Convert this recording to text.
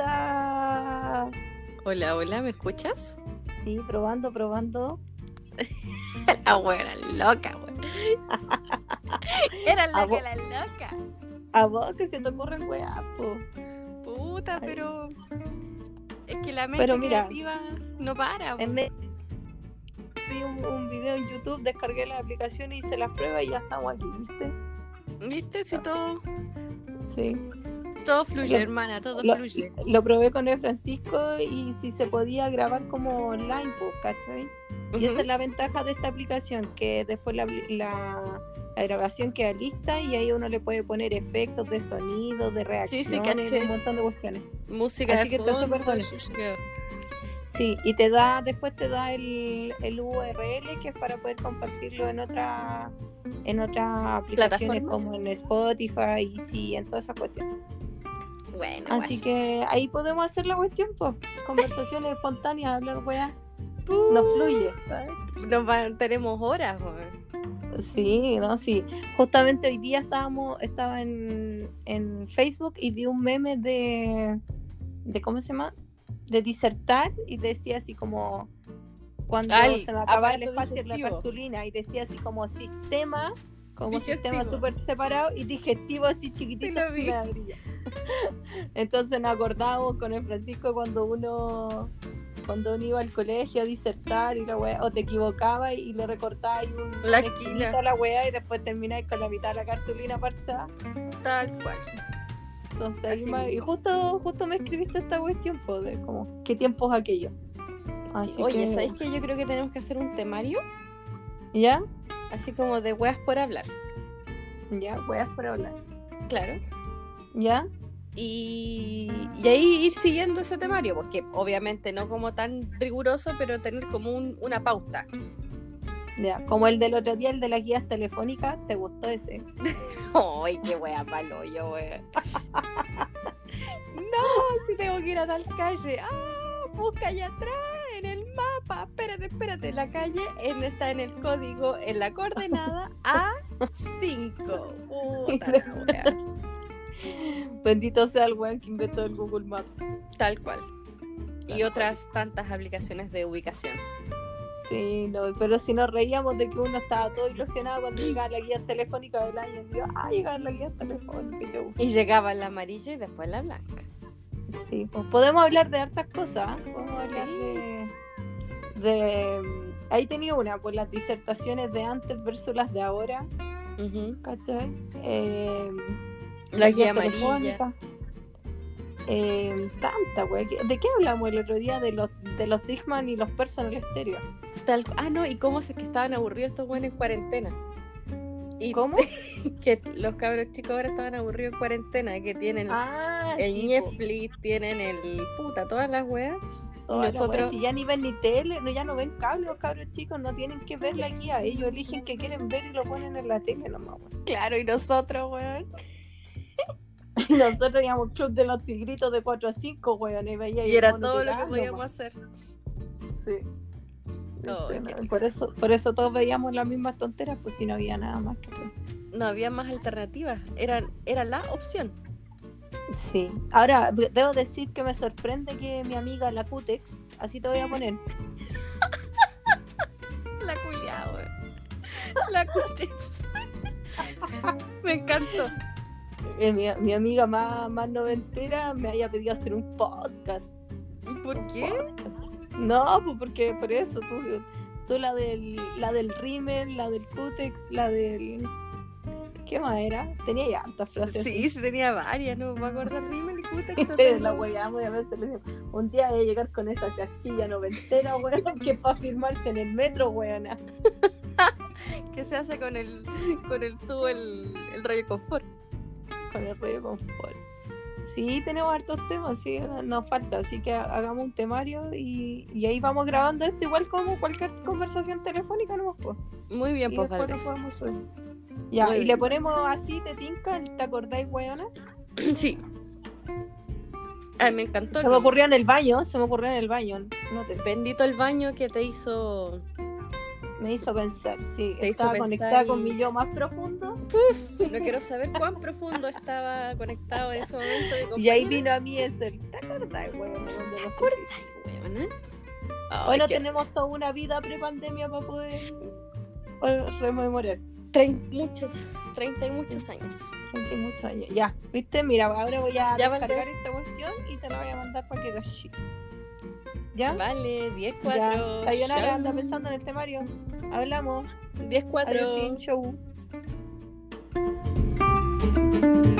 Holanda. Hola, hola, ¿me escuchas? Sí, probando, probando. Ah, La buena loca, weón. Era A vo- loca, la loca. A vos que se te ocurren weá, po. Puta, Ay. pero. Es que la mente Pero mira. creativa no para. En vez- Vi un, un video en YouTube, descargué las aplicaciones, hice las pruebas y ya estamos aquí, ¿viste? ¿Viste? Si todo, Sí. todo fluye, Lo- hermana, todo lo- fluye. Lo probé con el Francisco y si se podía grabar como online, po, ¿cachai? Y esa es la ventaja de esta aplicación, que después la, apli- la- la grabación queda lista y ahí uno le puede poner efectos de sonido, de Sí, reacciones, sí, un caché. montón de cuestiones. Música Así de que está fondo, súper bueno. música. Sí, y te da, después te da el, el URL que es para poder compartirlo en otra en otras aplicaciones Plataformas. como en Spotify y sí, en todas esas cuestiones. Bueno, Así guay. que ahí podemos hacer la cuestión, pues. Conversaciones espontáneas, hablar weá, Puh, nos fluye. Nos van- tenemos horas, weón. Sí, no, sí. Justamente hoy día estábamos, estaba en, en Facebook y vi un meme de, de ¿cómo se llama? De disertar y decía así como cuando Ay, se me acaba el aparato espacio en la digestivo. cartulina y decía así como sistema, como sistema Digestivo. súper separado y digestivo así Sí, chiquitito. lo vi. una grilla. Entonces nos acordábamos con el Francisco cuando uno cuando uno iba al colegio a disertar y la weá, o te equivocaba y, le recortabas ahí un, una La esquina. esquinita a la weá y después termináis con la mitad de la cartulina parchada. Tal cual. Entonces, ahí Así ma- y mismo. justo, justo me escribiste esta cuestión, po, de como, ¿qué tiempos aquello? Así Sí, Oye, que- ¿sabes qué? Yo creo que tenemos que hacer un temario, ¿Ya? así como de weas por hablar. Ya, weas por hablar. Claro. ¿Ya? Y, y ahí ir siguiendo ese temario, porque obviamente no como tan riguroso, pero tener como un- una pauta. Ya, como el del otro día, el de las guías telefónicas, ¿te gustó ese? ¡Ay, qué wea palo yo, wea! no, si tengo que ir a tal calle. ¡Ah! Busca allá atrás, en el mapa. Espérate, espérate. La calle en- está en el código, en la coordenada A5. Puta la wea. Bendito sea el weón que inventó el Google Maps. Tal cual. Tal Y otras tantas aplicaciones de ubicación. Sí, no, pero si nos reíamos de que uno estaba todo ilusionado cuando llegaba la guía telefónica del año, y yo, ah, llegaba la guía telefónica, y yo, Y llegaba la amarilla y después la blanca. sí, pues podemos hablar de hartas cosas, ¿eh? podemos hablar de, Sí. de- mm, Ahí tenía una, pues las disertaciones de antes versus las de ahora, ¿cachai? Eh, La las guías guía amarilla. telefónicas. Eh, tanta, güey. ¿De qué hablamos el otro día? De los, de los Digman y los Personal Stereo. Tal, cu- ah, no, y cómo es que estaban aburridos estos buenos en cuarentena. Y ¿Cómo? que los cabros chicos ahora estaban aburridos en cuarentena, que tienen Ah, el sí, po. Netflix, tienen el puta, todas las weas. Toda la Nosotros- wea, si ya ni ven ni tele, no, ya no ven cable, los cabros chicos no tienen que ver la guía, ellos eligen que quieren ver y lo ponen en la tele nomás. wea. Claro, y nosotros, weón. Y nosotros íbamos club de los tigritos de 4 a 5, weón, y veía Y el era mono todo lo que pirata podíamos nomás. hacer. Sí. No, Este, qué no, risa. por eso, por eso todos veíamos las mismas tonteras, pues si no había nada más que hacer. No había más alternativas. Era, era la opción. Sí. Ahora, de- debo decir que me sorprende que mi amiga la Cutex, así te voy a poner, La culiada, weón. La cutex. Me encantó. eh, mi, mi amiga más, más noventera, me haya pedido hacer un podcast. ¿Por qué? No, pues porque por eso tú, tú la del la del rímel, la del cútex, la del ¿qué más era? Tenía ya hartas frases. Sí, sí tenía varias, no me acuerdo Rimmel y Cutex. no así. tengo- la hueveamos y a veces le decimos, un día voy a llegar con esa chasquilla noventera, weón, que para firmarse en el metro, weón. ¿Qué se hace con el, con el tubo, el, el rollo confort? Con el rey de confort. Sí, tenemos hartos temas, sí, no- nos falta, así que ha- hagamos un temario y, y ahí vamos grabando esto igual como cualquier conversación telefónica, ¿no? Pues. Muy bien, Y pues después Valdés. lo podemos subir. Ya, Muy y le bien. ponemos así, te tinca, ¿te acordáis, weona? Sí. Ay, me encantó. Se ¿no? me ocurrió en el baño, se me ocurrió en el baño. No te Bendito el baño que te hizo Me hizo pensar, sí. Te hizo estaba pensar conectada con y- mi yo más profundo. No quiero saber cuán profundo estaba conectado en ese momento. mi Y ahí compañero. vino a mí ese. ¿Te acuerdas, güey? ¿Te Weona. ¿Eh? Ay, Bueno, qué- tenemos toda una vida prepandemia para poder poder rememorar. trein- muchos, treinta y muchos años. 28 años. Ya, ¿viste? Mira, ahora voy a Ya, descargar Valdés. esta cuestión y te la voy a mandar para que lo chiques. ¿Ya? Vale, 10, ¿Ah? ya. 4. Sayonara, anda pensando en el temario. Hablamos. 10, 4. Adiós, sin show.